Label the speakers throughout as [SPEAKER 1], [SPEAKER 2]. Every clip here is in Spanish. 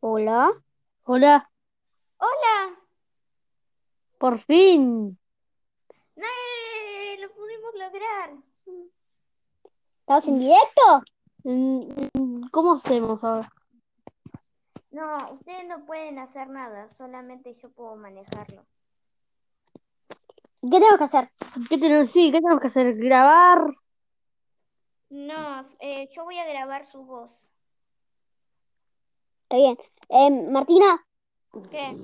[SPEAKER 1] Hola,
[SPEAKER 2] Hola,
[SPEAKER 1] hola,
[SPEAKER 2] por fin.
[SPEAKER 1] ¡Nee! lo pudimos lograr. ¿Estamos en directo?
[SPEAKER 2] Mm, ¿Cómo hacemos ahora?
[SPEAKER 1] No, ustedes no pueden hacer nada, solamente yo puedo manejarlo. ¿Qué tengo que hacer?
[SPEAKER 2] ¿Qué tenemos? Sí, ¿qué tenemos que hacer? Grabar.
[SPEAKER 3] No, eh, yo voy a grabar su voz.
[SPEAKER 1] Está bien. Eh, Martina,
[SPEAKER 3] ¿Qué?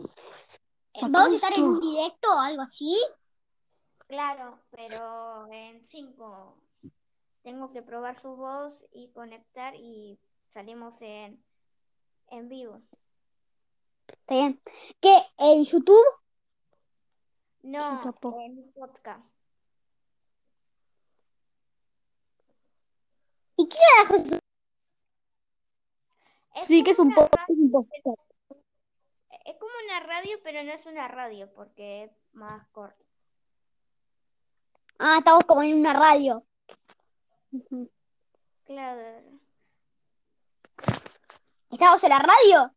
[SPEAKER 1] ¿vamos a estar en
[SPEAKER 2] esto.
[SPEAKER 1] un directo o algo así?
[SPEAKER 3] Claro, pero en cinco. Tengo que probar su voz y conectar y salimos en, en vivo.
[SPEAKER 1] Está bien. ¿Qué? ¿En YouTube?
[SPEAKER 3] No,
[SPEAKER 2] Tampoco.
[SPEAKER 3] en podcast.
[SPEAKER 1] ¿Y qué carajo es?
[SPEAKER 3] Es
[SPEAKER 2] Sí, que es un
[SPEAKER 3] una
[SPEAKER 2] poco.
[SPEAKER 3] ra- Es como una radio, pero no es una radio porque es más corto.
[SPEAKER 1] Ah, estamos como en una radio.
[SPEAKER 3] Claro.
[SPEAKER 1] ¿Estamos en la radio?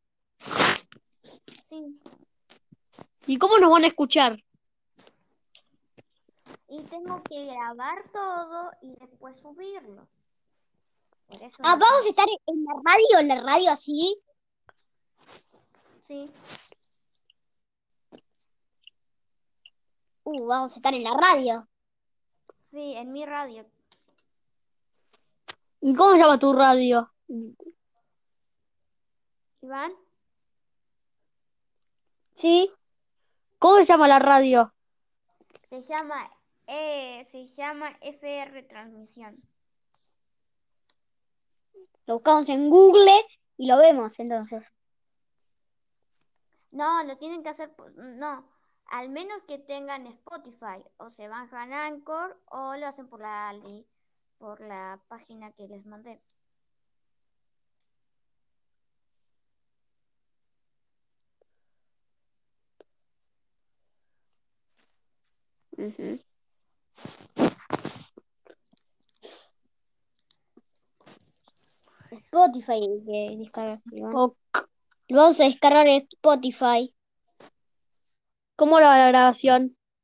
[SPEAKER 3] Sí.
[SPEAKER 2] ¿Y cómo nos van a escuchar?
[SPEAKER 3] Y tengo que grabar todo y después subirlo. Por eso
[SPEAKER 1] Ah,
[SPEAKER 3] no-
[SPEAKER 1] ¿vamos a estar en la radio? ¿En la radio así?
[SPEAKER 3] Sí.
[SPEAKER 1] Uh, vamos a estar en la radio.
[SPEAKER 3] Sí, en mi radio.
[SPEAKER 2] ¿Y cómo se llama tu radio?
[SPEAKER 3] Iván,
[SPEAKER 1] ¿Sí?
[SPEAKER 2] ¿Cómo se llama la radio?
[SPEAKER 3] se llama eh, se llama FR Transmisión.
[SPEAKER 1] Lo buscamos en Google y lo vemos entonces.
[SPEAKER 3] No, lo tienen que hacer por- no, al menos que tengan Spotify o se bajan Anchor o lo hacen por la li- por la página que les mandé.
[SPEAKER 1] Spotify eh, hay que descargar. ¿no?
[SPEAKER 2] ¿O
[SPEAKER 1] Lo vamos a descargar en Spotify.
[SPEAKER 2] cómo era la grabación?